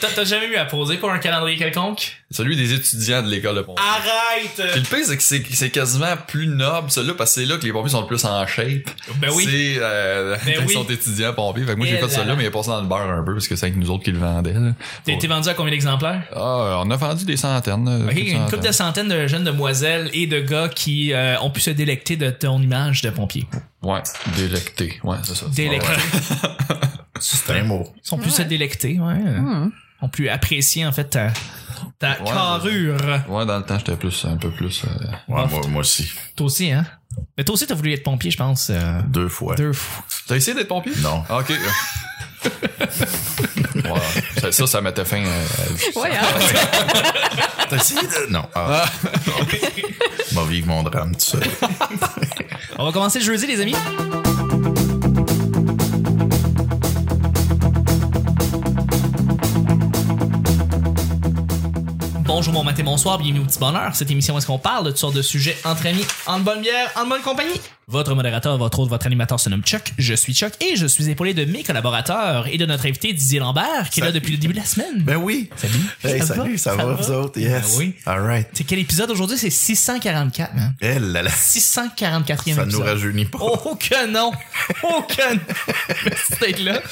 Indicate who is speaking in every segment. Speaker 1: T'as t'as jamais eu à poser pour un calendrier quelconque?
Speaker 2: Celui des étudiants de l'école de pompiers.
Speaker 1: Ah, Arrête!
Speaker 2: Puis le pire, c'est que c'est- c'est quasiment plus noble, celui-là, parce que c'est là que les pompiers sont le plus en shape.
Speaker 1: Ben oui.
Speaker 2: C'est, euh,
Speaker 1: Ben
Speaker 2: quand
Speaker 1: oui.
Speaker 2: ils sont étudiants pompiers. Fait que moi,
Speaker 1: Et
Speaker 2: j'ai fait
Speaker 1: là là.
Speaker 2: celui-là, mais il est passé dans le beurre un peu, parce que c'est avec nous autres qui le vendaient, là.
Speaker 1: T'as été vendu à combien d'exemplaires?
Speaker 2: Ah, on a vendu des centaines. là,
Speaker 1: Ok,
Speaker 2: plus de
Speaker 1: une couple de
Speaker 2: centaines.
Speaker 1: centaines de jeunes demoiselles et de gars qui euh, ont pu se délecter de ton image de pompier.
Speaker 2: Ouais, délecté. Ouais, c'est ça.
Speaker 1: Délecter.
Speaker 3: C'est un mot.
Speaker 1: Ils sont plus se délecter, ouais. Ont pu apprécier, en fait, ta, ta
Speaker 2: Ouais.
Speaker 1: carrure.
Speaker 2: Ouais, dans le temps, j'étais plus, un peu plus. euh,
Speaker 3: Ouais, moi, moi aussi.
Speaker 1: Toi aussi, hein? Mais toi aussi, t'as voulu être pompier, je pense. euh,
Speaker 3: Deux fois.
Speaker 1: Deux fois.
Speaker 2: T'as essayé d'être pompier?
Speaker 3: Non.
Speaker 2: Ah, ok. Ouais, ça, ça, ça mettait fin euh, à la vie.
Speaker 4: Ouais, hein?
Speaker 3: T'as essayé de. Non. Ah. M'a vivre mon drame, tout seul.
Speaker 1: On va commencer jeudi, les amis. Bonjour, bon matin, bonsoir, bienvenue au petit bonheur. Cette émission où est-ce qu'on parle de toutes sortes de sujets entre amis, en bonne bière, en bonne compagnie. Votre modérateur, votre autre, votre animateur se nomme Chuck. Je suis Chuck et je suis épaulé de mes collaborateurs et de notre invité Didier Lambert qui est là depuis le début de la semaine.
Speaker 3: Ben oui.
Speaker 1: Salut.
Speaker 3: Hey,
Speaker 1: Ça
Speaker 3: salut,
Speaker 1: va?
Speaker 3: ça, va, vous autres? Yes.
Speaker 1: Ben oui.
Speaker 3: All right.
Speaker 1: C'est quel épisode aujourd'hui? C'est 644, man.
Speaker 3: Eh là là.
Speaker 1: 644e
Speaker 3: Ça nous
Speaker 1: épisode.
Speaker 3: rajeunit pas.
Speaker 1: Oh que non! Oh que non! Merci d'être là.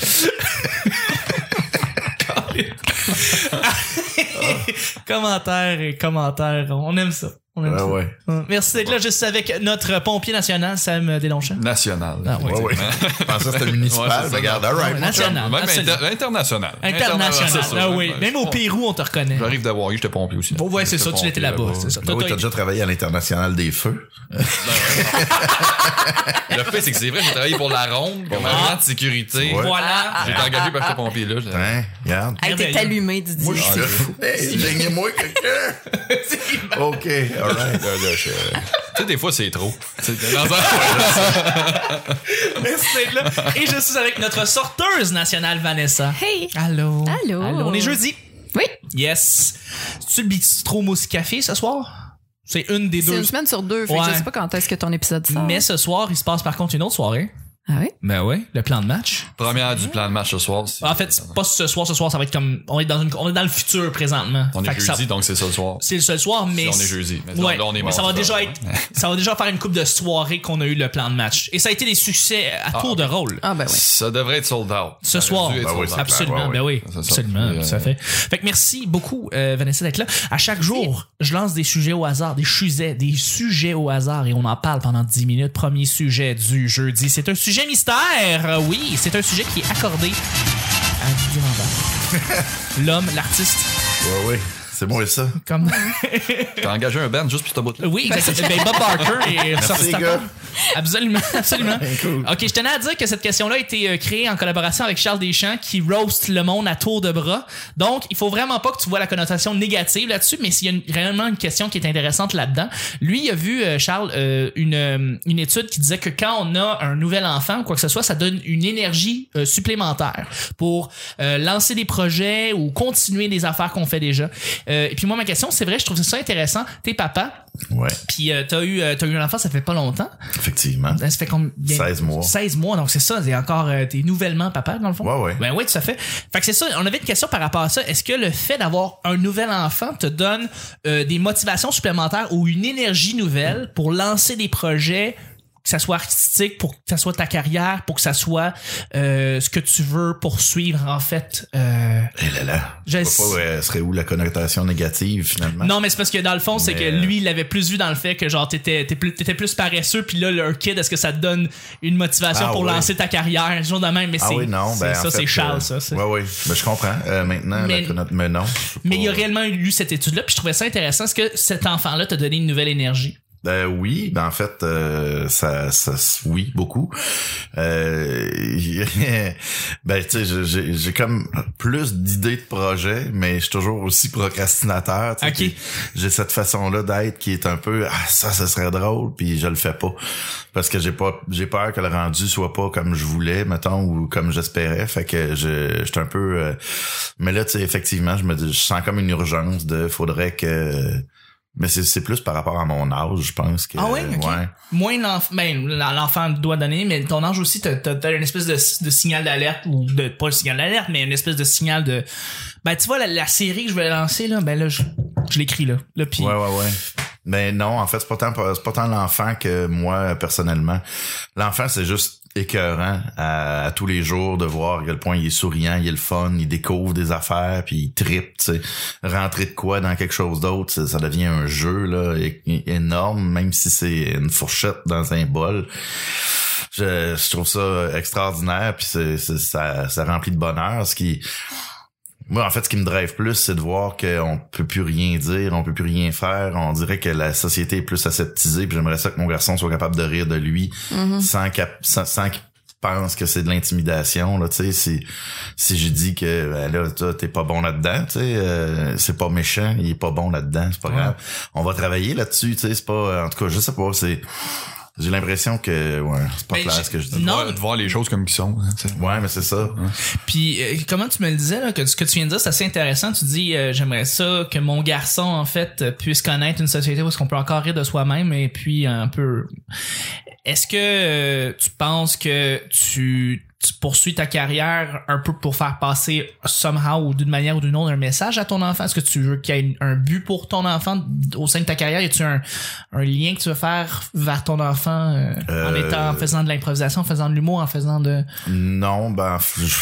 Speaker 1: commentaires et commentaires, on aime ça. On aime
Speaker 3: Ben Ouais,
Speaker 1: ça.
Speaker 3: Ah
Speaker 1: Hum.
Speaker 3: ouais.
Speaker 1: Merci d'être là. Je suis avec notre pompier national, Sam Delonchamp.
Speaker 2: National.
Speaker 1: Ah, ouais.
Speaker 3: Ouais, ouais. Je pensais que
Speaker 2: Ouais,
Speaker 3: c'était
Speaker 2: c'est
Speaker 3: municipal.
Speaker 2: ça.
Speaker 3: Regarde, all right.
Speaker 1: Ouais,
Speaker 3: moi,
Speaker 1: national.
Speaker 2: Même
Speaker 1: absolument.
Speaker 2: inter- international.
Speaker 1: International.
Speaker 2: c'est ça,
Speaker 1: Ah
Speaker 2: je-
Speaker 1: oui.
Speaker 2: je-
Speaker 1: Même au Pérou, on te reconnaît.
Speaker 2: J'arrive d'avoir eu, j'étais pompier aussi.
Speaker 1: Bon, ouais, c'est ça,
Speaker 2: J'étais
Speaker 1: tu l'étais
Speaker 2: pompier
Speaker 1: là-bas, c'est ça.
Speaker 3: Ben oui, t'as déjà travaillé à l'international des feux.
Speaker 2: Le fait, c'est que c'est vrai, j'ai travaillé pour la ronde, comme
Speaker 1: Ah.
Speaker 2: agent de sécurité.
Speaker 3: Ouais.
Speaker 1: Voilà.
Speaker 2: J'ai été engagé par ce pompier-là. je-
Speaker 3: Hein, regarde.
Speaker 4: Hey, t'es
Speaker 1: Merveilleux.
Speaker 4: allumé, Didier.
Speaker 3: Moi, je suis là. Hey, daignez-moi quelqu'un. OK, all right.
Speaker 2: Là, là, je- Tu sais, des fois, c'est trop. C'est- dans un-
Speaker 1: Merci d'être là. Et je suis avec notre sorteuse nationale, Vanessa.
Speaker 4: Hey!
Speaker 1: Allô.
Speaker 4: Allô.
Speaker 1: On est jeudi.
Speaker 4: Oui,
Speaker 1: Yes. Tu le bistrot mousse café ce soir? C'est une des
Speaker 4: c'est
Speaker 1: deux.
Speaker 4: une semaine sur deux. Fait que
Speaker 1: Ouais.
Speaker 4: je sais pas quand est-ce que ton épisode sort.
Speaker 1: Mais ce soir, il se passe par contre une autre soirée.
Speaker 4: Ah oui?
Speaker 1: Ben oui. Le plan de match.
Speaker 2: Première du plan de match ce soir. c'est-
Speaker 1: En fait, c'est pas ce soir, ce soir, ça va être comme. On est dans, une, on est dans le futur présentement.
Speaker 2: On
Speaker 1: Fait
Speaker 2: est
Speaker 1: que
Speaker 2: jeudi,
Speaker 1: ça-
Speaker 2: donc c'est ce soir.
Speaker 1: C'est le seul soir, mais.
Speaker 2: on est jeudi. Mais
Speaker 1: Ouais,
Speaker 2: là, on est
Speaker 1: mais ça va
Speaker 2: mardi,
Speaker 1: déjà
Speaker 2: ouais.
Speaker 1: être. ça va déjà faire une coupe de soirée qu'on a eu le plan de match. Et ça a été des succès à tour de rôle.
Speaker 4: Ah ben oui.
Speaker 2: Ça devrait être sold out.
Speaker 1: Ce
Speaker 2: Ça
Speaker 1: soir.
Speaker 2: aurait dû être
Speaker 3: Ben oui,
Speaker 2: sold out.
Speaker 3: c'est
Speaker 1: Absolument,
Speaker 3: clair, ouais,
Speaker 1: ben oui,
Speaker 2: ouais. C'est ça.
Speaker 1: absolument,
Speaker 2: Puis, euh,
Speaker 1: tout à fait. Fait que merci beaucoup, euh, Vanessa, d'être là. À chaque jour, je lance des sujets au hasard, des sujets, des sujets au hasard, et on en parle pendant 10 minutes. Premier sujet du jeudi, c'est un sujet mystère. Euh, Oui, c'est un sujet qui est accordé à Didier Lambert. L'homme, l'artiste,
Speaker 3: Ouais, ouais. C'est moi ça.
Speaker 1: comme...
Speaker 2: T'as engagé un band juste pour ce bout-là.
Speaker 1: Oui, exactement. ben, Bob Barker est
Speaker 3: Merci,
Speaker 1: sorti
Speaker 3: les gars.
Speaker 1: Absolument, absolument.
Speaker 3: Cool.
Speaker 1: OK, je tenais à dire que cette question-là a été euh, créée en collaboration avec Charles Deschamps qui roast le monde à tour de bras. Donc, il faut vraiment pas que tu vois la connotation négative là-dessus, mais s'il y a une- réellement une question qui est intéressante là-dedans, lui, il a vu, euh, Charles, euh, une, euh, une étude qui disait que quand on a un nouvel enfant ou quoi que ce soit, ça donne une énergie euh, supplémentaire pour euh, lancer des projets ou continuer des affaires qu'on fait déjà. Euh, et puis moi, ma question, c'est vrai, je trouve ça intéressant. T'es papa,
Speaker 3: Ouais,
Speaker 1: puis euh, t'as eu, euh, t'as eu un enfant, ça fait pas longtemps.
Speaker 3: effectivement.
Speaker 1: Ça fait combien
Speaker 3: 16 mois.
Speaker 1: 16 mois, donc c'est ça, c'est encore euh, t'es nouvellement papa dans le fond.
Speaker 3: Ouais, ouais.
Speaker 1: Ben ouais, tout à fait. Fait que c'est ça, on avait une question par rapport à ça. Est-ce que le fait d'avoir un nouvel enfant te donne euh, des motivations supplémentaires ou une énergie nouvelle pour lancer des projets que ça soit artistique, pour que ça soit ta carrière, pour que ça soit euh, ce que tu veux poursuivre en fait. Euh,
Speaker 3: Eh là là.
Speaker 1: Je
Speaker 3: Je sais
Speaker 1: sais-
Speaker 3: pas euh, serait où la connotation négative finalement.
Speaker 1: Non, mais c'est parce que dans le fond, c'est que
Speaker 3: Mais- euh,
Speaker 1: lui, il l'avait plus vu dans le fait que genre t'étais t'es plus t'étais plus paresseux, puis là le kid, est-ce que ça te donne une motivation
Speaker 3: Ah
Speaker 1: pour
Speaker 3: ouais.
Speaker 1: lancer ta carrière, genre de même. Mais
Speaker 3: Ah
Speaker 1: c'est
Speaker 3: oui, non,
Speaker 1: c'est
Speaker 3: ben.
Speaker 1: ça,
Speaker 3: en fait,
Speaker 1: c'est Charles, ça.
Speaker 3: euh,
Speaker 1: c'est-
Speaker 3: Ouais, ouais. Ben, je comprends. Euh, maintenant,
Speaker 1: Mais-
Speaker 3: la connotation. Mais non. je sais
Speaker 1: Mais
Speaker 3: pas.
Speaker 1: il a réellement lu cette étude-là, puis je trouvais ça intéressant. Est-ce que cet enfant-là t'a donné une nouvelle énergie?
Speaker 3: Euh, oui, ben en fait, euh, ça, ça, oui, beaucoup. Euh, ben tu sais, je- j'ai j'ai comme plus d'idées de projets, mais je suis toujours aussi procrastinateur. tu sais,
Speaker 1: Ok.
Speaker 3: puis J'ai cette façon-là d'être qui est un peu ah ça, ça serait drôle, puis je le fais pas parce que j'ai pas, j'ai peur que le rendu soit pas comme je voulais, mettons, ou comme j'espérais. Fait que je, j'étais un peu. euh, mais là, tu sais, effectivement, je me dis, je sens comme une urgence de faudrait que Mais c'est, c'est plus par rapport à mon âge, je pense que.
Speaker 1: Ah oui, ok.
Speaker 3: ouais.
Speaker 1: Moins l'enfant, ben, l'enfant doit donner, mais ton âge aussi, t'as, t'as, t'as une espèce de, de signal d'alerte, ou de, pas le signal d'alerte, mais une espèce de signal de, ben, tu vois, la, la série que je vais lancer, là, ben là, je, je l'écris, là. Là, pis,
Speaker 3: Ouais, ouais, ouais. Mais non, en fait, c'est pas tant, c'est pas tant l'enfant que moi, personnellement. L'enfant, c'est juste écœurant à, à tous les jours de voir à quel point il est souriant, il est le fun, il découvre des affaires, puis il tripe, tu sais. Rentrer de quoi dans quelque chose d'autre, c'est- ça devient un jeu là, é- énorme, même si c'est une fourchette dans un bol. Je, je trouve ça extraordinaire, puis c'est, c'est- ça, ça remplit de bonheur, ce qui... Moi, en fait, ce qui me drive plus, c'est de voir qu'on peut plus rien dire, on peut plus rien faire. On dirait que la société est plus aseptisée. Puis j'aimerais ça que mon garçon soit capable de rire de lui sans qu'il sans, sans qu'il pense que c'est de l'intimidation. Là, tu sais, si si je dis que ben là, toi, t'es pas bon là-dedans, tu sais, euh, c'est pas méchant, il est pas bon là-dedans, c'est pas grave. On va travailler là-dessus, tu sais, c'est pas. En tout cas, je sais pas. C'est j'ai l'impression que ouais, c'est pas
Speaker 1: Ben, j'ai-
Speaker 3: clair ce que je dis.
Speaker 1: Non.
Speaker 2: Voir- de voir les choses comme qu'ils sont. hein, tu sais.
Speaker 3: Ouais, mais c'est ça.
Speaker 1: Puis euh, comment tu me le disais là que ce que tu viens de dire c'est assez intéressant. Tu dis euh, j'aimerais ça que mon garçon en fait euh, puisse connaître une société où est-ce qu'on peut encore rire de soi-même et puis euh, un peu. Est-ce que euh, tu penses que tu, tu poursuis ta carrière un peu pour faire passer somehow ou d'une manière ou d'une autre un message à ton enfant Est-ce que tu veux qu'il y ait une- un but pour ton enfant au sein de ta carrière Y a-tu un, un lien que tu veux faire vers ton enfant euh, en
Speaker 3: Euh,
Speaker 1: étant en faisant de l'improvisation, en faisant de l'humour, en faisant de
Speaker 3: Non, ben, f- je-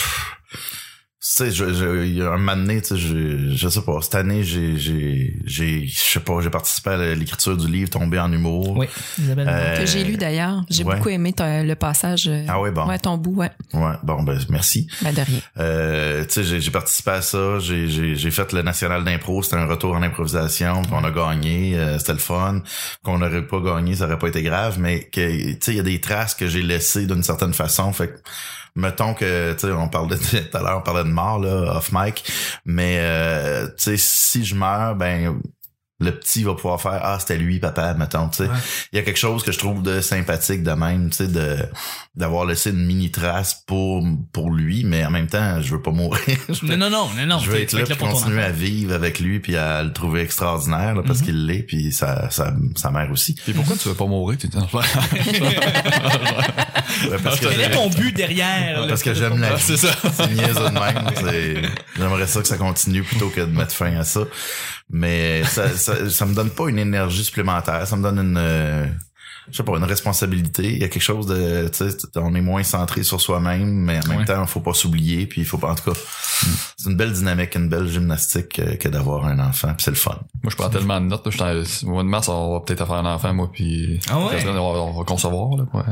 Speaker 3: tu sais, je, je, il y a un moment donné, tu sais, je, je sais pas, cette année, j'ai, j'ai, j'ai, je sais pas, j'ai participé à l'écriture du livre Tombé en humour.
Speaker 1: oui Isabelle
Speaker 3: Euh,
Speaker 4: Que j'ai lu d'ailleurs. J'ai
Speaker 3: ouais.
Speaker 4: beaucoup aimé ta- le passage. euh,
Speaker 3: Ah ouais, bon.
Speaker 4: Ouais, ton bout, ouais.
Speaker 3: Ouais, bon, ben, merci.
Speaker 4: Ben, de rien.
Speaker 3: Euh, tu sais, j'ai, j'ai participé à ça, j'ai, j'ai, j'ai fait le national d'impro, c'était un retour en improvisation, puis on a gagné, euh, c'était le fun. Qu'on n'aurait pas gagné, ça aurait pas été grave, mais que, tu sais, il y a des traces que j'ai laissées d'une certaine façon, fait que, mettons que, tu sais, on parlait de- tout à l'heure, on parlait de mort, là, off mic, mais, euh, tu sais, si je meurs, ben, le petit va pouvoir faire ah c'était lui papa mettons tu sais il y a quelque chose que je trouve de sympathique de même tu sais de d'avoir laissé une mini trace pour pour lui mais en même temps je veux pas mourir je
Speaker 1: Non,
Speaker 3: veux,
Speaker 1: non, non, non, non.
Speaker 3: je veux
Speaker 1: t'es-
Speaker 3: être
Speaker 1: tu vas
Speaker 3: là puis
Speaker 1: pour ton
Speaker 3: continuer
Speaker 1: enfant.
Speaker 3: à vivre avec lui puis à le trouver extraordinaire là, parce
Speaker 1: Mhm.
Speaker 3: qu'il l'est puis sa, sa sa mère aussi
Speaker 2: Et pourquoi tu veux pas mourir? t'es-
Speaker 3: Ouais, parce que
Speaker 1: Quel est
Speaker 3: j'ai-
Speaker 1: ton but derrière? là?
Speaker 3: parce que j'aime la
Speaker 2: Ah,
Speaker 3: vie
Speaker 2: c'est ça.
Speaker 3: c'est niaiseux de même. C'est- J'aimerais ça que ça continue plutôt que de mettre fin à ça. Mais ça, ça, ça me donne pas une énergie supplémentaire. Ça me donne une, euh, je sais pas, une responsabilité. Il y a quelque chose de, tu sais, on est moins centré sur soi-même, mais en même
Speaker 2: Ouais.
Speaker 3: temps, faut pas s'oublier. Puis il faut pas, en tout cas, c'est une belle dynamique, une belle gymnastique euh, que d'avoir un enfant. Puis c'est le fun.
Speaker 2: Moi, je prends tellement de notes. là, je suis en- Au mois de mars, on va peut-être faire un enfant, moi, puis
Speaker 1: Ah ouais?
Speaker 2: Catherine, on, va, on va concevoir. Là, ouais.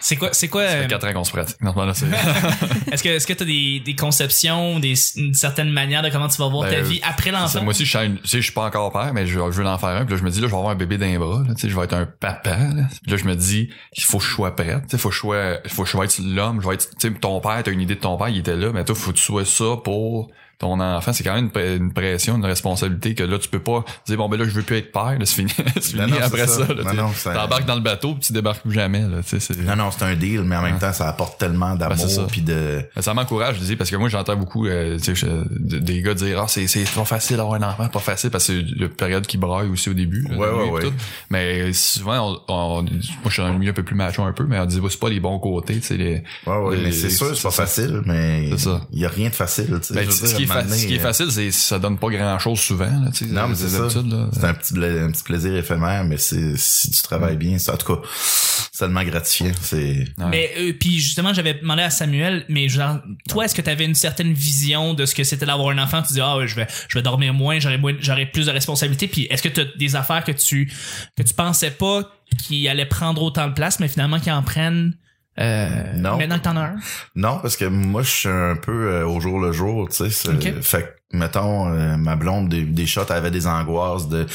Speaker 1: C'est quoi, c'est quoi,
Speaker 2: Ça fait
Speaker 1: euh,
Speaker 2: 4 ans qu'on se pratique. Normalement, là, c'est...
Speaker 1: est-ce que, est-ce que t'as des, des conceptions, des, une certaine manière de comment tu vas voir
Speaker 2: Ben,
Speaker 1: ta
Speaker 2: euh,
Speaker 1: vie après
Speaker 2: c'est-
Speaker 1: l'enfant?
Speaker 2: moi aussi, je suis, à une- tu sais, je suis pas encore père, mais je, je veux en faire un. Puis là, je me dis, là, je vais avoir un bébé d'un bras. Là, tu sais, je vais être un papa. Là, Puis là, je me dis, il faut que je sois prête. tu sais, faut que je sois, faut que je sois être l'homme. Je vais être, tu sais, ton père, t'as une idée de ton père, il était là, mais toi, faut que tu sois ça pour ton enfant. C'est quand même une, pre- une pression, une responsabilité que là, tu peux pas dire, bon, ben là, je veux plus être père. là, C'est fini. c'est
Speaker 3: Non,
Speaker 2: fini
Speaker 3: non, c'est
Speaker 2: après
Speaker 3: ça.
Speaker 2: ça. là,
Speaker 3: Non,
Speaker 2: tu sais.
Speaker 3: non, c'est-
Speaker 2: T'embarques dans le bateau, puis tu débarques plus jamais. Là, tu sais, c'est...
Speaker 3: Non, non, c'est un deal, mais en même temps, ça apporte tellement
Speaker 2: Ah. Ben, c'est ça.
Speaker 3: d'amour puis de,
Speaker 2: Ben, Ça m'encourage, je dis, parce que moi, j'entends beaucoup euh, tu sais, je- de- des gars dire « Ah, c'est c'est trop facile d'avoir un enfant, pas facile, parce que c'est la période qui braille aussi au début. là,
Speaker 3: Ouais,
Speaker 2: oui,
Speaker 3: ouais,
Speaker 2: puis
Speaker 3: ouais.
Speaker 2: tout. Mais euh, souvent, on, on- moi, je suis dans un milieu un peu plus macho un peu, mais on dit « C'est pas les bons côtés, tu sais, les...
Speaker 3: Ouais, ouais,
Speaker 2: Les-
Speaker 3: mais c'est sûr, c'est pas facile, mais
Speaker 2: C'est ça.
Speaker 3: il y a rien de facile. tu sais.
Speaker 2: Ben,
Speaker 3: Je veux
Speaker 2: ce,
Speaker 3: dire,
Speaker 2: qui est
Speaker 3: à un
Speaker 2: fa-
Speaker 3: moment donné,
Speaker 2: ce qui est facile, c'est ça donne pas grand-chose souvent, là, tu sais,
Speaker 3: Non, mais
Speaker 2: les
Speaker 3: c'est ça.
Speaker 2: habitudes, là.
Speaker 3: C'est un petit, bla- un petit plaisir éphémère, mais c'est si tu travailles bien, c'est en tout cas c'est tellement gratifiant. C'est
Speaker 2: Ouais.
Speaker 1: Mais euh, puis justement, j'avais demandé à Samuel, mais genre, toi, est-ce que tu avais une certaine vision de ce que c'était d'avoir un enfant Tu dis ah ouais, je vais, je vais dormir moins, j'aurai moins- j'aurai plus de responsabilités. Puis est-ce que tu as des affaires que tu que tu pensais pas qui allaient prendre autant de place, mais finalement qui en prennent euh,
Speaker 3: Non.
Speaker 1: maintenant que t'en as un
Speaker 3: non parce que moi je suis un peu euh, au jour le jour, tu sais. c'est-
Speaker 1: Ok.
Speaker 3: Fait que mettons euh, ma blonde des, des shots, elle avait des angoisses de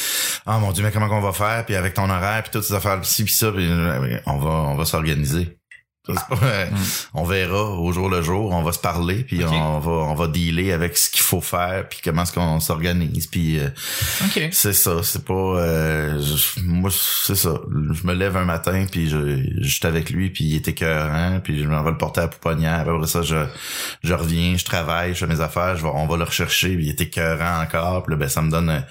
Speaker 3: ah mon dieu mais comment qu'on va faire puis avec ton horaire puis toutes ces affaires ci puis ça puis euh, on va on va s'organiser. Ça, c'est pas- On verra au jour le jour, on va se parler, puis
Speaker 1: Ah. Mm. Ok.
Speaker 3: on va on va dealer avec ce qu'il faut faire, puis comment est-ce qu'on s'organise, puis euh,
Speaker 1: OK.
Speaker 3: c'est ça, c'est pas euh, je- moi c'est ça, je me lève un matin puis je j'étais avec lui puis il était cœurant, puis je m'en vais le porter à Pouponnière, après ça je je reviens, je travaille, je fais mes affaires, je vais- on va le rechercher, puis il était cœurant encore, puis là, ben ça me donne un,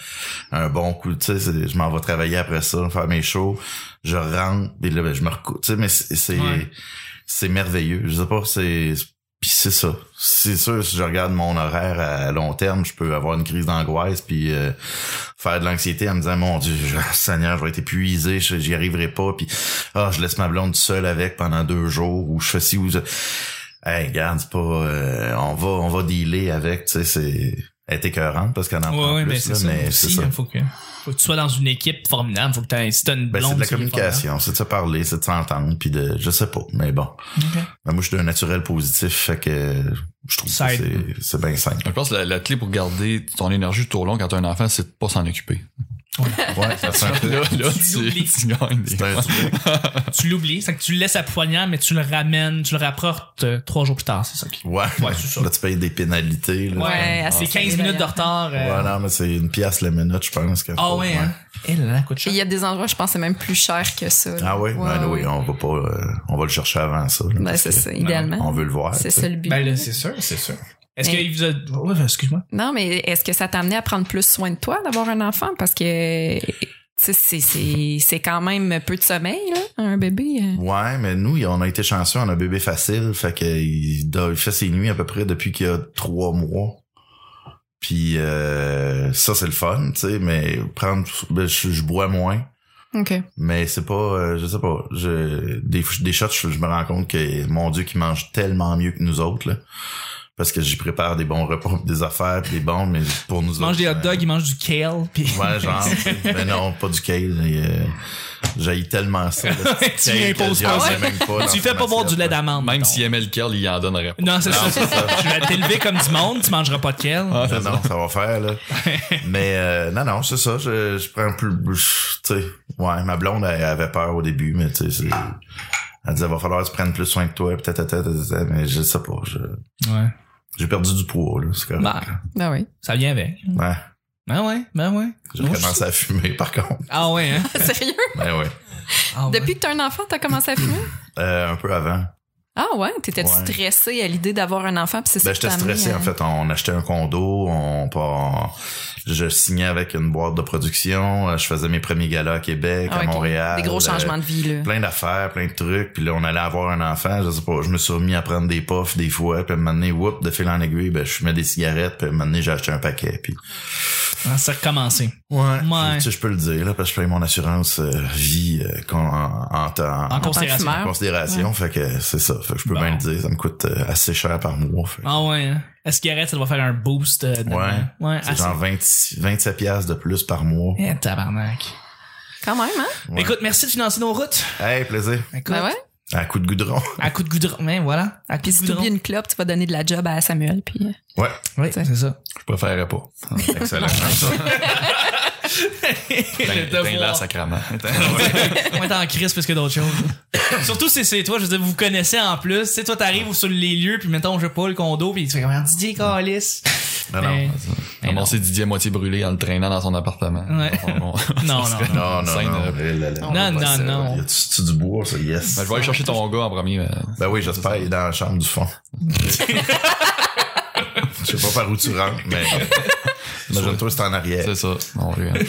Speaker 3: un bon coup, tu sais, c'est- je m'en vais travailler après ça, faire mes shows, je rentre, puis là ben, je me recoupe, tu sais mais c'est c'est
Speaker 1: Ouais.
Speaker 3: c'est merveilleux, je sais pas, c'est puis c'est ça. C'est sûr, si je regarde mon horaire à long terme, je peux avoir une crise d'angoisse puis euh, faire de l'anxiété en me disant mon Dieu, je- ah, Seigneur, je vais être épuisé, je- j'y arriverai pas, puis ah, je laisse ma blonde seule avec pendant deux jours ou je fais ci ou ça. Hey, regarde, c'est pas, euh, on va, on va dealer avec, tu sais, c'est elle est écœurante parce qu'elle en
Speaker 1: Ouais,
Speaker 3: prend
Speaker 1: ouais,
Speaker 3: plus,
Speaker 1: ben, c'est
Speaker 3: là,
Speaker 1: ça.
Speaker 3: mais c'est
Speaker 1: aussi,
Speaker 3: ça.
Speaker 1: hein, faut que, faut que tu sois dans une équipe formidable. Faut que t'aies, si t'as une
Speaker 3: Ben,
Speaker 1: blonde,
Speaker 3: c'est de la
Speaker 1: qui est formidable.
Speaker 3: communication, c'est de se parler, c'est de s'entendre, puis de, je sais pas, mais bon.
Speaker 1: Ok.
Speaker 3: Ben, moi, je suis d'un naturel positif, fait que je trouve
Speaker 1: Ça
Speaker 3: que
Speaker 1: aide.
Speaker 3: c'est- c'est bien simple.
Speaker 2: Je pense que la, la clé pour garder ton énergie tout au long quand t'as un enfant, c'est de pas s'en occuper.
Speaker 3: Ouais, ça sent
Speaker 2: Là, là,
Speaker 1: Tu
Speaker 2: tu,
Speaker 1: l'oublies.
Speaker 2: tu gagnes des
Speaker 3: C'est un
Speaker 2: points.
Speaker 3: truc.
Speaker 1: Tu l'oublies, c'est que tu le laisses à poignard, mais tu le ramènes, tu le rapportes euh, trois jours plus tard, c'est ça. qui-
Speaker 3: Ouais.
Speaker 1: Ouais, c'est ça.
Speaker 3: Là, tu payes des pénalités. Là,
Speaker 4: Ouais,
Speaker 1: c'est
Speaker 4: assez
Speaker 1: 15 minutes de retard. euh,
Speaker 3: Voilà, mais c'est une pièce la minute, je pense. que-
Speaker 1: Ah ouais, hein? Eh là là, coûte
Speaker 4: Puis
Speaker 1: cher.
Speaker 4: il y a des endroits, je pense, c'est même plus cher que ça. là.
Speaker 3: Ah ouais? Ben oui, on va pas, euh, on va le chercher avant ça. là,
Speaker 4: Ben,
Speaker 3: parce
Speaker 4: c'est
Speaker 3: que
Speaker 4: ça, idéalement.
Speaker 3: On veut le voir.
Speaker 4: C'est
Speaker 3: tu sais.
Speaker 4: ça le but.
Speaker 1: Ben là, c'est sûr, c'est sûr. Est-ce
Speaker 4: Mais-
Speaker 1: qu'il vous a. Ouais, ouais, excuse-moi.
Speaker 4: Non, mais est-ce que ça t'a amené à prendre plus soin de toi d'avoir un enfant? Parce que tu sais, c'est c'est- c'est quand même peu de sommeil, là, un bébé. euh.
Speaker 3: Ouais, mais nous, on a été chanceux, on a un bébé facile, fait que il, do- il fait ses nuits à peu près depuis qu'il a trois mois. Puis euh, ça, c'est le fun, tu sais, mais prendre, ben, je, je bois moins.
Speaker 4: OK.
Speaker 3: Mais c'est pas, euh, je sais pas, je, des, des shots, je, je me rends compte que mon Dieu, qui mange tellement mieux que nous autres, là. Parce que j'y prépare des bons repas, pis des affaires, pis des bons, mais pour nous
Speaker 1: Il mange des hot dogs, il mange du kale, puis.
Speaker 3: Ouais, genre. mais non, pas du kale. Euh, J'haïs tellement ça. le petit
Speaker 1: Tu
Speaker 3: kale que
Speaker 1: l'imposes
Speaker 3: je
Speaker 1: pas.
Speaker 3: sais même dans
Speaker 1: tu
Speaker 3: son
Speaker 1: fais pas boire du
Speaker 3: assiette,
Speaker 1: lait
Speaker 3: là.
Speaker 1: d'amande.
Speaker 2: Même
Speaker 1: mettons.
Speaker 2: si aimait le curl, il en donnerait pas.
Speaker 1: Non, c'est ça.
Speaker 3: c'est ça.
Speaker 1: Tu vas t'élever comme du monde, tu mangeras pas de kale.
Speaker 2: Ah,
Speaker 3: Non,
Speaker 2: c'est ça.
Speaker 3: non, ça va faire, là. Mais euh, non, non, c'est ça. Je, je prends plus... je- Tu sais, ouais, ma blonde, elle, elle avait peur au début, mais tu sais, c'est- elle disait, va falloir que tu prennes plus soin de toi, peut-être, peut-être, peut-être, mais je sais pas. je-
Speaker 1: Ouais.
Speaker 3: J'ai perdu du poids, là, c'est correct.
Speaker 1: Ben,
Speaker 4: Ben oui.
Speaker 1: ça vient avec.
Speaker 3: Ouais,
Speaker 1: Ben ouais, ben ouais.
Speaker 3: j'ai
Speaker 1: Non,
Speaker 3: commencé à fumer, par contre.
Speaker 1: Ah ouais, hein?
Speaker 4: Sérieux?
Speaker 3: Ben ouais,
Speaker 1: Ah ouais.
Speaker 4: Depuis que t'as un enfant, t'as commencé à fumer?
Speaker 3: Euh, un peu avant.
Speaker 4: Ah ouais? T'étais-tu
Speaker 3: Ouais.
Speaker 4: stressée à l'idée d'avoir un enfant? Puis c'est ça
Speaker 3: Ben,
Speaker 4: qui
Speaker 3: j'étais
Speaker 4: t'a amené
Speaker 3: stressé,
Speaker 4: à-
Speaker 3: en fait. On achetait un condo, on, on- je signais avec une boîte de production, euh, je faisais mes premiers galas à Québec, à
Speaker 4: Ah, ok.
Speaker 3: Montréal.
Speaker 4: Des gros
Speaker 3: euh,
Speaker 4: changements de vie, là.
Speaker 3: plein d'affaires, plein de trucs, puis là on allait avoir un enfant, je sais pas, je me suis remis à prendre des puffs des fois, puis à un moment donné, whoop, de fil en aiguille, ben je fumais des cigarettes, puis à un moment donné, j'ai acheté un paquet, puis
Speaker 1: Ah, c'est recommencé.
Speaker 3: ouais,
Speaker 1: Ouais.
Speaker 3: tu sais, je peux le dire là parce que je paye mon assurance euh, vie euh, qu'on- en, en, temps-
Speaker 1: En
Speaker 3: en
Speaker 1: considération.
Speaker 4: fumeur.
Speaker 3: considération, fait que c'est ça, fait que je peux
Speaker 1: Bon.
Speaker 3: bien le dire, ça me coûte euh, assez cher par mois, fait que
Speaker 1: Ah ouais, hein? Est-ce qu'il arrête, ça doit faire un boost? euh, dedans?
Speaker 3: Ouais.
Speaker 1: Ouais,
Speaker 3: c'est
Speaker 1: assez.
Speaker 3: genre 20, 27 pièces de plus par mois.
Speaker 1: Eh, tabarnak.
Speaker 4: Quand même, hein?
Speaker 3: Ouais.
Speaker 1: Écoute, merci de financer nos routes.
Speaker 3: Hey, plaisir.
Speaker 1: Écoute,
Speaker 4: Ben ouais.
Speaker 3: À coup de goudron.
Speaker 1: à coup de goudron. Ben voilà. À coup
Speaker 4: Puis
Speaker 1: de
Speaker 4: si t'oublies
Speaker 1: goudron.
Speaker 4: une clope, tu vas donner de la job à Samuel. Puis euh,
Speaker 3: Ouais,
Speaker 1: Oui, c'est ça.
Speaker 2: Je préférerais pas.
Speaker 3: excellent.
Speaker 1: Le
Speaker 2: T'es là,
Speaker 1: devoir.
Speaker 2: sacrament.
Speaker 1: Moi, t'es en crise plus que d'autres choses. Surtout si c'est toi, je veux dire, vous vous connaissez en plus. Tu sais, toi, t'arrives sur les lieux, puis mettons, je sais pas, le condo, puis tu fais comme Ah, Didier Calis.
Speaker 3: Non,
Speaker 1: Mais-
Speaker 3: non.
Speaker 1: Mais non.
Speaker 2: Ramasser Didier à moitié brûlé en le traînant dans son appartement.
Speaker 1: Ouais.
Speaker 2: Bon, Ben, bon.
Speaker 1: Non, non, non.
Speaker 3: Non, non,
Speaker 2: Scène,
Speaker 3: non.
Speaker 2: euh,
Speaker 3: Eh là là.
Speaker 4: Non,
Speaker 1: Non,
Speaker 4: Ouais,
Speaker 1: non,
Speaker 4: c'est-
Speaker 1: non.
Speaker 3: Y a-tu tu du bois, ça? Yes.
Speaker 2: Ben, je vais aller chercher ton gars en premier. mais-
Speaker 3: Ben oui, j'espère, il est dans la chambre du fond. Je sais pas par où tu rentres, mais. euh, Imagine-toi, c'est en arrière.
Speaker 2: C'est ça. Mon Dieu.
Speaker 1: Ben,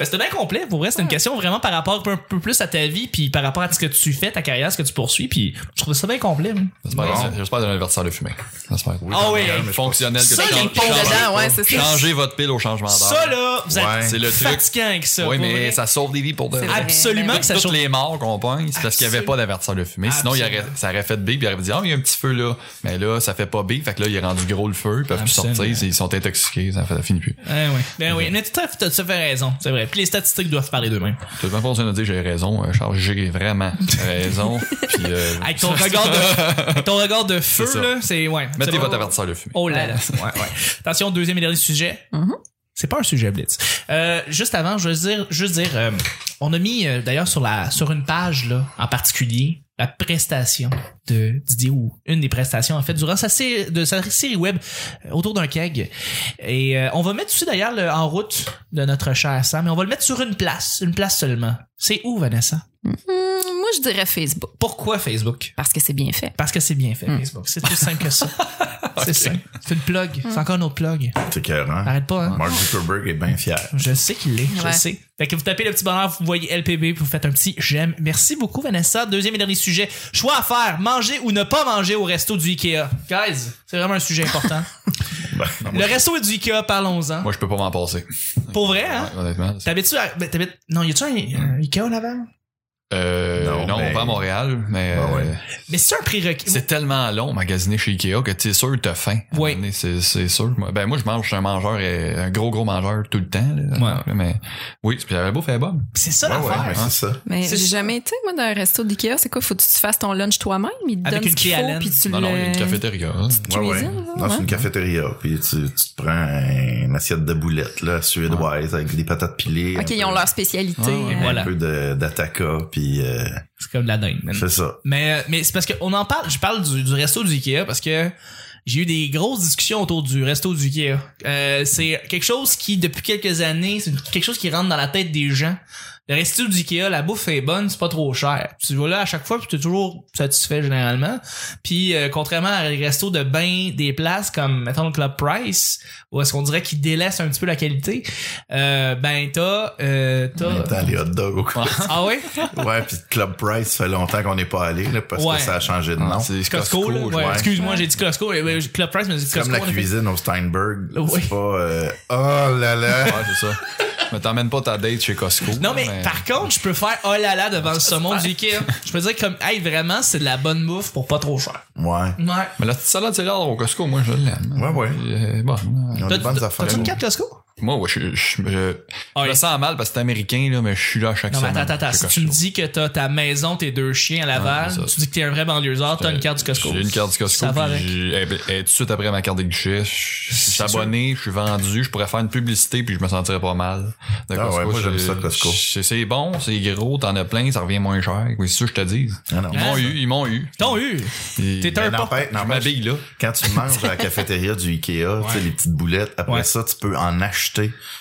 Speaker 1: c'était bien complet. Pour vrai, c'était une question vraiment par rapport un peu plus à ta vie, puis par rapport à ce que tu fais, ta carrière, ce que tu poursuis, puis je trouvais ça bien complet. hein.
Speaker 2: J'espère j'espère d'un avertisseur de fumée. J'espère.
Speaker 1: Ah oui,
Speaker 2: Un
Speaker 1: hein.
Speaker 2: Fonctionnel que
Speaker 1: Ça,
Speaker 2: tu
Speaker 1: les
Speaker 2: changes-
Speaker 1: ponts
Speaker 2: changes-
Speaker 4: dedans, ouais, c'est ça.
Speaker 2: Changez votre pile au changement d'heure.
Speaker 1: Ça, là, vous êtes
Speaker 3: Ouais.
Speaker 2: C'est le truc.
Speaker 1: fatiguant avec ça.
Speaker 2: oui,
Speaker 1: pour
Speaker 2: mais
Speaker 1: vrai.
Speaker 2: ça sauve des vies pour de
Speaker 4: C'est vrai.
Speaker 1: Absolument
Speaker 4: Ben
Speaker 1: que ça
Speaker 2: Toutes
Speaker 1: chauffe.
Speaker 2: les morts qu'on pogne, c'est parce qu'il n'y avait pas d'avertisseur de fumée. Sinon, il aurait- ça aurait fait big, puis il aurait dit, ah, il y a un petit feu là. Mais là, ça fait pas big, fait que là, il est rendu gros le feu, ils peuvent plus
Speaker 1: Absolument.
Speaker 2: sortir, ils sont intoxiqués, ça, fait, ça finit plus.
Speaker 1: Eh oui. Ben oui, mais tu as, fait raison, c'est vrai. Puis les statistiques doivent parler d'eux-mêmes.
Speaker 2: T'as même pas besoin de dire j'ai raison, euh, Charles, j'ai vraiment raison. Puis, euh,
Speaker 1: Avec ton regard de, avec ton regard de
Speaker 2: C'est
Speaker 1: feu,
Speaker 2: ça.
Speaker 1: là, c'est, ouais.
Speaker 2: mettez
Speaker 1: C'est
Speaker 2: votre
Speaker 1: bon.
Speaker 2: avertisseur de fumée.
Speaker 1: Oh là Mm-hmm. là. Ouais, ouais. Attention, deuxième et dernier sujet.
Speaker 4: Mhm.
Speaker 1: C'est pas un sujet blitz. Euh, juste avant, je veux dire, juste dire, euh, On a mis euh, d'ailleurs sur la sur une page là, en particulier la prestation de Didier ou une des prestations en fait durant sa série, de sa série web euh, autour d'un keg. Et euh, on va mettre aussi d'ailleurs le en route de notre cher Sam, mais on va le mettre sur une place, une place seulement. C'est où Vanessa
Speaker 4: Hum, moi, je dirais Facebook
Speaker 1: Pourquoi Facebook
Speaker 4: parce que c'est bien fait.
Speaker 1: Parce que c'est bien fait
Speaker 4: Mm.
Speaker 1: Facebook, c'est tout simple que ça. C'est simple. C'est une plug, c'est encore notre plug.
Speaker 3: C'est écœurant.
Speaker 1: Arrête pas hein.
Speaker 3: Mark Zuckerberg est bien fier.
Speaker 1: Je sais qu'il l'est, je
Speaker 4: Ouais.
Speaker 1: sais. Fait que vous tapez le petit bonheur, vous voyez LPB, puis vous faites un petit j'aime. Merci beaucoup, Vanessa. Deuxième et dernier sujet. Choix à faire, manger ou ne pas manger au resto du Ikea. Guys, c'est vraiment un sujet important.
Speaker 3: Ben,
Speaker 1: le resto du Ikea, parlons-en.
Speaker 2: Moi, je peux pas m'en passer.
Speaker 1: Pour vrai, hein?
Speaker 2: Ouais, honnêtement. c'est-
Speaker 1: T'habites-tu à... ben, t'habites- Non, y a-tu un, un Ikea là-bas?
Speaker 2: Euh,
Speaker 3: Non,
Speaker 2: non,
Speaker 3: mais-
Speaker 2: on va à Montréal, mais
Speaker 3: Ben ouais.
Speaker 2: euh,
Speaker 1: Mais c'est un prérequis.
Speaker 2: c'est tellement long magasiner chez Ikea que t'es sûr que t'as faim. À un
Speaker 1: Ouais.
Speaker 2: moment donné, C'est c'est sûr. Moi- Ben moi, je mange, je suis un mangeur, et un gros gros mangeur tout le temps. là. Mais oui, puis j'avais beau faire bon.
Speaker 1: C'est ça
Speaker 3: Ouais, ouais,
Speaker 1: l'affaire.
Speaker 3: mais c'est ça.
Speaker 4: Mais
Speaker 1: C'est
Speaker 4: j'ai
Speaker 1: ça.
Speaker 4: jamais été, moi, dans un resto d'Ikea. C'est quoi? Faut que tu te fasses ton lunch toi-même? Ils te
Speaker 1: Avec
Speaker 4: donnent
Speaker 1: une
Speaker 4: ce qu'il
Speaker 1: clé
Speaker 4: faut,
Speaker 1: Allen.
Speaker 4: puis tu
Speaker 2: Non, non, il y a une
Speaker 4: le-
Speaker 2: cafétéria.
Speaker 3: Ouais, ouais.
Speaker 4: cuisine, là,
Speaker 3: Non, c'est
Speaker 4: ouais.
Speaker 3: une cafétéria. Puis tu, tu te prends une assiette de boulettes, là, suédoise, avec des patates pilées.
Speaker 4: OK,
Speaker 3: un
Speaker 4: ils ont
Speaker 3: peu-
Speaker 4: leur spécialité.
Speaker 2: Ouais, ouais.
Speaker 4: euh,
Speaker 1: Voilà.
Speaker 3: Un peu de- d'attaca, puis euh,
Speaker 1: C'est comme de la dingue, man.
Speaker 3: c'est ça.
Speaker 1: Mais, mais c'est parce qu'on en parle, je parle du, du resto du Ikea parce que j'ai eu des grosses discussions autour du resto du Ikea. Euh, c'est quelque chose qui, depuis quelques années, c'est quelque chose qui rentre dans la tête des gens. Le resto du Ikea, la bouffe est bonne, c'est pas trop cher. Tu vas là à chaque fois, puis t'es toujours satisfait généralement. Puis euh, contrairement à les restos de bain des places comme mettons le Club Price, où est-ce qu'on dirait qu'ils délaissent un petit peu la qualité, euh, ben t'as euh,
Speaker 3: En même temps,
Speaker 1: t'as
Speaker 3: les hot dogs au coin.
Speaker 1: ah ouais
Speaker 3: Ouais, puis Club Price, ça fait longtemps qu'on n'est pas allé, là, parce
Speaker 1: Ouais. Ah.
Speaker 3: que ça a changé de nom.
Speaker 2: Non,
Speaker 3: C'est
Speaker 2: c'est
Speaker 1: Costco, là,
Speaker 2: Costco.
Speaker 1: ouais.
Speaker 2: ouais.
Speaker 1: excuse-moi j'ai dit Costco Eh ben, Club Price mais j'ai dit
Speaker 3: comme
Speaker 1: Costco
Speaker 3: la
Speaker 1: on a fait-
Speaker 3: cuisine au Steinberg.
Speaker 1: Oui.
Speaker 3: C'est pas... euh, Oh là là!
Speaker 2: Ouais, c'est ça. Mais t'emmènes pas ta date chez Costco.
Speaker 1: Non, mais, par contre, je peux faire oh là là devant le saumon du Ikea. Je peux dire comme, hey, vraiment, c'est de la bonne bouffe pour pas trop cher.
Speaker 3: Ouais.
Speaker 1: Ouais.
Speaker 2: Mais la petite salade, c'est l'or au Costco, moi, je l'aime.
Speaker 3: Ouais, ouais.
Speaker 2: Puis, euh, bon,
Speaker 3: Ils
Speaker 2: euh,
Speaker 3: ont
Speaker 1: T'as-
Speaker 3: des bonnes
Speaker 1: t'as-
Speaker 3: affaires.
Speaker 1: T'as-tu une carte Costco?
Speaker 2: moi, ouais, je, je- je-
Speaker 1: Ah,
Speaker 2: je
Speaker 1: oui.
Speaker 2: me sens mal parce que c'est américain, là, mais je suis là chaque
Speaker 1: Non, mais
Speaker 2: semaine.
Speaker 1: attends, attends, si
Speaker 2: chez
Speaker 1: tu me
Speaker 2: Costco.
Speaker 1: dis que t'as ta maison, tes deux chiens à Laval,
Speaker 2: Ouais, c'est ça.
Speaker 1: tu dis que t'es un vrai banlieusard, t'as
Speaker 2: Euh,
Speaker 1: une carte du Costco.
Speaker 2: J'ai une carte du Costco.
Speaker 1: Ça va
Speaker 2: puis
Speaker 1: avec.
Speaker 2: j'ai- eh ben, eh, tout de suite après ma carte de guichet, je je suis
Speaker 1: C'est
Speaker 2: abonné, je suis vendu, je pourrais faire une publicité puis je me sentirais pas mal. De
Speaker 3: Ah ouais, moi, j'aime
Speaker 2: c'est-
Speaker 3: ça, Costco.
Speaker 2: C'est c'est bon, c'est gros, t'en as plein, ça revient moins cher. Oui, c'est ça, que je te dis.
Speaker 3: Ah non.
Speaker 2: Ils m'ont eu, ils m'ont eu.
Speaker 1: T'en as eu.
Speaker 2: Ils-
Speaker 1: Hein? T'es un
Speaker 3: Mais
Speaker 1: porte.
Speaker 3: n'empêche-
Speaker 2: Je
Speaker 3: n'empêche,
Speaker 2: m'habille là.
Speaker 3: Quand tu manges à la cafétéria du Ikea, tu sais, les petites boulettes, après
Speaker 1: Ouais.
Speaker 3: ça, tu peux en acheter.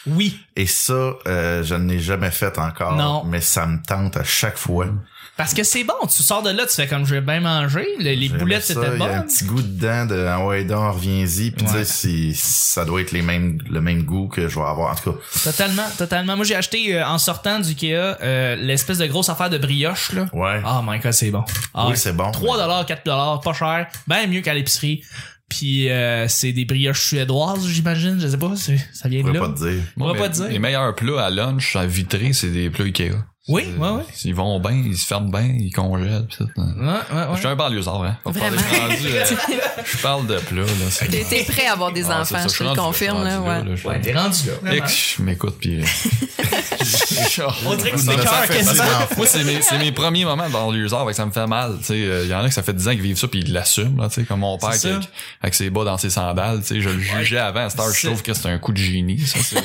Speaker 1: Oui.
Speaker 3: Et ça, euh, je ne l'ai jamais fait encore.
Speaker 1: Non.
Speaker 3: Mais ça me tente à chaque fois.
Speaker 1: Parce que c'est bon. Tu sors de là, tu fais comme, je vais bien manger. Les, les
Speaker 3: J'aimais
Speaker 1: boulettes,
Speaker 3: ça,
Speaker 1: c'était
Speaker 3: Il y a un
Speaker 1: bon.
Speaker 3: petit goût dedans de ah ouais, donc, reviens-y. Puis
Speaker 1: Ouais.
Speaker 3: tu sais, si- ça doit être les mêmes, le même goût que je vais avoir. En tout cas,
Speaker 1: Totalement, totalement. Moi, j'ai acheté, euh, en sortant du Ikea, euh, l'espèce de grosse affaire de brioche, là.
Speaker 3: ouais.
Speaker 1: Oh my god, c'est bon. Ah
Speaker 3: oui,
Speaker 1: ouais.
Speaker 3: c'est bon.
Speaker 1: 3 dollars, 4 dollars, pas cher, ben mieux qu'à l'épicerie. Puis euh, c'est des brioches suédoises, j'imagine, je sais pas, c'est- ça vient de
Speaker 3: Je pourrais
Speaker 1: là.
Speaker 3: pas te dire.
Speaker 1: On
Speaker 2: Moi,
Speaker 1: va
Speaker 2: mes-
Speaker 1: pas te dire.
Speaker 2: Les meilleurs plats à lunch, à vitrée, c'est des plats Ikea.
Speaker 1: Oui,
Speaker 2: C'est-
Speaker 1: ouais, ouais.
Speaker 2: Ils vont bien, ils se ferment bien, ils congèlent. pis tout. hein.
Speaker 1: Ouais, ouais, ouais.
Speaker 2: Je suis un banlieusard, hein. Faut parler-
Speaker 4: Vraiment.
Speaker 2: je suis rendu, euh, je parle de plats, là. c'est-
Speaker 4: T'es t'es prêt à avoir des
Speaker 2: Ah, c'est ça,
Speaker 4: enfants, je te
Speaker 2: suis
Speaker 4: le
Speaker 2: rendu-
Speaker 4: confirme.
Speaker 2: je suis
Speaker 4: Là,
Speaker 2: rendu
Speaker 4: ouais.
Speaker 2: là, je suis
Speaker 1: Ouais, t'es rendu là.
Speaker 2: Et que je m'écoute puis euh,
Speaker 1: On dirait que c'est cœur
Speaker 3: fait
Speaker 1: quasiment.
Speaker 3: mal.
Speaker 2: moi c'est mes c'est mes premiers moments dans les arts fait que ça me fait mal tu sais euh, il y en a que ça fait 10 ans qu'ils vivent ça puis ils l'assument là tu sais comme mon père
Speaker 1: C'est
Speaker 2: qui-
Speaker 1: ça.
Speaker 2: avec, ses bas dans ses sandales tu sais je le jugeais avant à cette heure je
Speaker 1: C'est-
Speaker 2: trouve que c'est un coup de génie ça c'est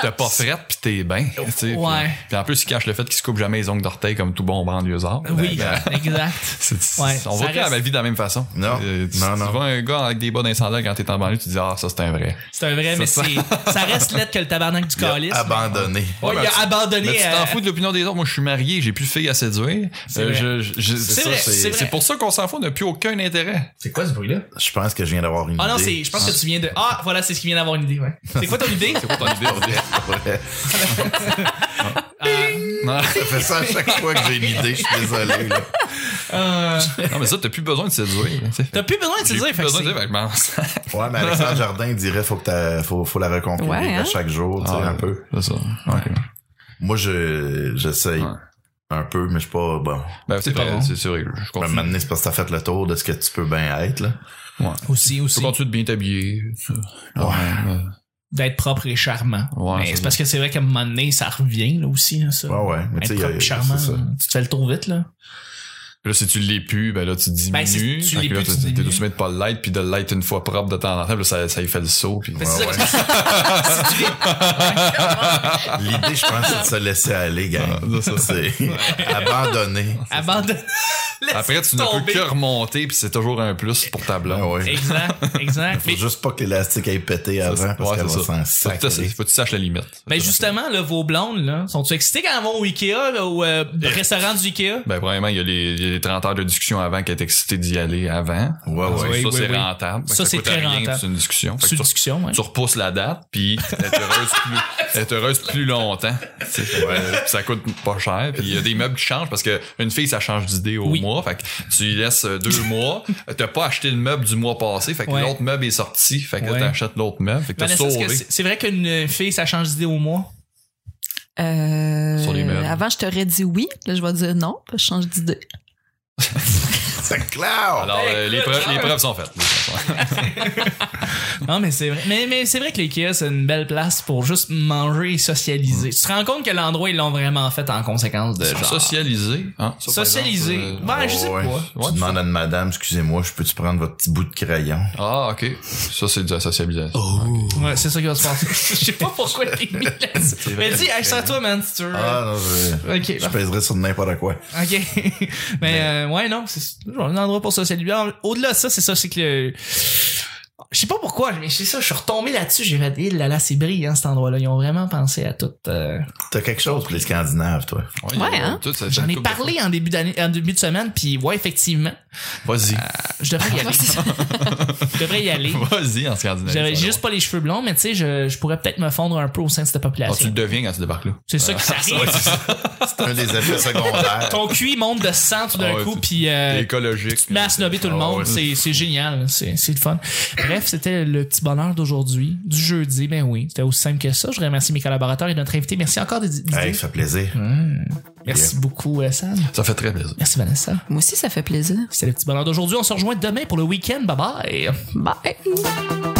Speaker 2: t'as pas frette puis t'es bien tu sais puis-
Speaker 1: Ouais.
Speaker 2: puis en plus il cache le fait qu'il se coupe jamais les ongles d'orteil comme tout bon banlieusard
Speaker 1: Oui,
Speaker 2: Ben,
Speaker 1: exact.
Speaker 2: c'est-
Speaker 1: Ouais, ça
Speaker 2: on voit plus
Speaker 1: reste-
Speaker 2: la vie de la même façon. Euh,
Speaker 3: Non,
Speaker 2: tu,
Speaker 3: non,
Speaker 2: tu
Speaker 3: non.
Speaker 2: vois un gars avec des bas dans les sandales quand t'es en banlieue, tu te dis, ah, ça c'est un vrai.
Speaker 1: C'est un vrai, mais
Speaker 2: Ça,
Speaker 1: c'est ça reste lettre que le tabarnak du calice. mais-
Speaker 3: Abandonné.
Speaker 1: Ouais, il
Speaker 2: mais
Speaker 1: a
Speaker 2: tu-
Speaker 1: abandonné.
Speaker 2: Mais tu
Speaker 1: euh,
Speaker 2: t'en fous de l'opinion des autres. Moi, je suis marié, j'ai plus de filles à séduire.
Speaker 1: C'est
Speaker 2: Euh,
Speaker 1: vrai.
Speaker 2: je- je- je-
Speaker 1: C'est
Speaker 2: ça,
Speaker 1: vrai, c'est
Speaker 2: c'est
Speaker 1: vrai.
Speaker 2: c'est pour ça qu'on s'en fout, on n'a plus aucun intérêt.
Speaker 1: C'est quoi ce bruit-là?
Speaker 3: Je pense que je viens d'avoir une
Speaker 1: Ah non,
Speaker 3: idée.
Speaker 1: c'est. Je pense que tu viens de. Ah, voilà, c'est ce qui vient d'avoir une idée, ouais. C'est quoi ton idée?
Speaker 2: C'est quoi ton idée? Audrey?
Speaker 3: Ouais.
Speaker 1: Euh,
Speaker 2: non,
Speaker 3: Ça fait ça à chaque fois que j'ai une idée, je suis désolé. là.
Speaker 1: euh,
Speaker 2: non, mais ça, t'as plus besoin de séduire. là, tu sais.
Speaker 1: T'as plus besoin de te
Speaker 2: J'ai
Speaker 1: dire,
Speaker 2: plus
Speaker 1: fait que
Speaker 2: besoin de
Speaker 1: c'est-
Speaker 2: dire, fait que je m'en-
Speaker 3: Ouais, mais Alexandre Jardin dirait faut que t'as- faut, faut la reconquérir
Speaker 4: Ouais, hein?
Speaker 3: à chaque jour, tu sais,
Speaker 2: Ah,
Speaker 3: un peu.
Speaker 2: C'est ça. Ok.
Speaker 3: Moi, je, j'essaye
Speaker 2: Ouais.
Speaker 3: un peu, mais je suis pas bon.
Speaker 2: Ben, c'est
Speaker 1: pas
Speaker 2: vrai,
Speaker 1: bon.
Speaker 2: c'est c'est vrai. Je
Speaker 3: Ben,
Speaker 2: continue.
Speaker 3: maintenant, c'est parce que t'as fait le tour de ce que tu peux bien être, là.
Speaker 1: Aussi,
Speaker 2: Tu
Speaker 1: aussi.
Speaker 2: peux continuer de bien t'habiller. ça. Quand
Speaker 3: Ouais.
Speaker 2: même,
Speaker 1: D'être propre et charmant.
Speaker 2: euh, ouais,
Speaker 1: Mais
Speaker 2: c'est
Speaker 1: c'est parce que c'est vrai qu'à un moment donné, ça revient, là aussi, hein, ça.
Speaker 3: Ouais, ouais. Mais tu
Speaker 1: Être
Speaker 3: sais, il y a-
Speaker 1: propre, charmant,
Speaker 3: c'est ça.
Speaker 1: tu te fais le tour vite, là.
Speaker 2: Là, si tu l'es plus, ben là, tu diminues.
Speaker 1: Ben, si tu l'es
Speaker 2: Fait que là,
Speaker 1: plus, tu
Speaker 2: t'es- T'es
Speaker 1: diminues.
Speaker 2: obligé de pas le light, puis de le light une fois propre de temps en temps, puis là, ça, ça y fait le saut. Puis...
Speaker 1: Ben, c'est
Speaker 3: Ouais,
Speaker 1: ça,
Speaker 3: L'idée, je pense, c'est de se laisser aller,
Speaker 2: Ah,
Speaker 3: gang. c'est abandonner.
Speaker 1: abandonne. Laisse
Speaker 2: Après, tu ne peux
Speaker 1: tomber.
Speaker 2: que remonter, puis c'est toujours un plus pour ta blonde.
Speaker 3: Ah ouais.
Speaker 1: Exact, exact.
Speaker 3: Faut
Speaker 1: Mais-
Speaker 3: juste pas que l'élastique aille péter avant parce
Speaker 2: Ouais,
Speaker 3: qu'elle
Speaker 2: c'est ça.
Speaker 3: va s'en
Speaker 2: Faut que tu-
Speaker 3: sacrer.
Speaker 2: faut que tu saches la limite.
Speaker 1: Ben justement, là, vos blondes, là, sont-tu excitées quand elles vont au Ikea, là, au euh, restaurant du Ikea?
Speaker 2: Ben, premièrement, il y, a les, il y a les 30 heures de discussion avant qui est excité d'y aller avant.
Speaker 3: Ouais,
Speaker 2: ça,
Speaker 3: ouais.
Speaker 1: Oui,
Speaker 2: ça,
Speaker 1: oui,
Speaker 2: c'est
Speaker 1: oui.
Speaker 2: rentable.
Speaker 1: Ça,
Speaker 2: Fait que
Speaker 1: c'est
Speaker 2: coûte
Speaker 1: très
Speaker 2: rien,
Speaker 1: rentable.
Speaker 2: puis C'est une discussion. Fait
Speaker 1: C'est une
Speaker 2: que tu-
Speaker 1: discussion, ouais.
Speaker 2: tu repousses la date puis être heureuse plus être heureuse plus longtemps Tu sais, fait que, euh, puis ça coûte pas cher puis il y a des meubles qui changent parce que une fille ça change d'idée au
Speaker 1: Oui.
Speaker 2: mois fait que tu y laisses euh, deux mois t'as pas acheté le meuble du mois passé fait que
Speaker 1: Ouais.
Speaker 2: l'autre meuble est sorti fait que là,
Speaker 1: Ouais.
Speaker 2: t'achètes l'autre meuble fait que t'as
Speaker 1: Vanessa, est-ce
Speaker 2: sauvé
Speaker 1: que c'est c'est vrai qu'une fille, ça change d'idée au mois?
Speaker 4: Euh,
Speaker 2: Sur les meubles.
Speaker 4: avant, je t'aurais dit oui. Là, je vais dire non. puis Je change d'idée.
Speaker 3: C'est clair!
Speaker 2: alors euh, les,
Speaker 1: Écoute,
Speaker 2: preuves, les
Speaker 1: ah.
Speaker 2: preuves sont faites
Speaker 1: Non, mais c'est vrai. Mais, mais c'est vrai que l'IKEA, c'est une belle place pour juste manger et socialiser.
Speaker 2: Mm.
Speaker 1: Tu te rends compte que l'endroit, ils l'ont vraiment fait en conséquence de genre.
Speaker 2: socialiser hein, ça, par
Speaker 1: Socialiser.
Speaker 2: exemple,
Speaker 1: Ben, je sais
Speaker 3: Ouais, ouais.
Speaker 1: pas.
Speaker 2: Ouais,
Speaker 3: Tu demandes à une madame, excusez-moi, je peux-tu prendre votre petit bout de crayon?
Speaker 2: euh, ah ok ça c'est de la sociabilisation
Speaker 1: Ouais, c'est ça qui va se passer. Je sais pas pourquoi t'es mis là-dessus. Mais dis, hey, sers-toi, man, si tu veux.
Speaker 3: Ah, non, je,
Speaker 1: Ok,
Speaker 3: je pèserais sur n'importe quoi.
Speaker 1: OK. Mais, euh, ouais, non, c'est toujours un endroit pour socialiser. En- Au-delà de ça, c'est ça, c'est que le... Je sais pas pourquoi, mais c'est ça, je suis retombé là-dessus, j'ai fait, il là, là, c'est brillant, cet endroit-là. Ils ont vraiment pensé à tout. euh.
Speaker 3: T'as quelque chose pour les Scandinaves, toi?
Speaker 2: il y a-
Speaker 4: Ouais, hein.
Speaker 2: tout, ça-
Speaker 1: J'en ai
Speaker 2: tout-
Speaker 1: parlé en début d'année, en début de semaine, puis ouais, effectivement,
Speaker 2: vas-y
Speaker 1: je devrais y aller. je devrais y aller.
Speaker 2: vas-y en Scandinavie
Speaker 1: J'avais
Speaker 2: ça va.
Speaker 1: juste pas les cheveux blonds, mais tu sais, je, je pourrais peut-être me fondre un peu au sein de cette
Speaker 2: Ah, tu le
Speaker 1: population.
Speaker 2: deviens quand tu débarques là
Speaker 1: Ah, C'est ça qui s'arrive.
Speaker 3: C'est un des effets secondaires.
Speaker 1: Ton QI monte de 100 tout d'un
Speaker 2: Ah ouais,
Speaker 1: coup,
Speaker 2: c'est-
Speaker 1: puis euh,
Speaker 2: écologique
Speaker 1: Mais à snobber tout le
Speaker 2: Ah,
Speaker 1: monde,
Speaker 2: ouais.
Speaker 1: c'est, c'est génial, c'est, c'est le fun. Bref, c'était le petit bonheur d'aujourd'hui, du jeudi, ben oui, c'était aussi simple que ça. Je remercie mes collaborateurs et notre invité. Merci encore d'être
Speaker 3: Hey, ça fait plaisir.
Speaker 1: Merci beaucoup, euh, Sam.
Speaker 2: Ça fait très plaisir.
Speaker 1: Merci, Vanessa.
Speaker 4: Moi aussi, ça fait plaisir.
Speaker 1: C'était le petit bonheur d'aujourd'hui. On se rejoint demain pour le week-end. Bye bye.
Speaker 4: Bye.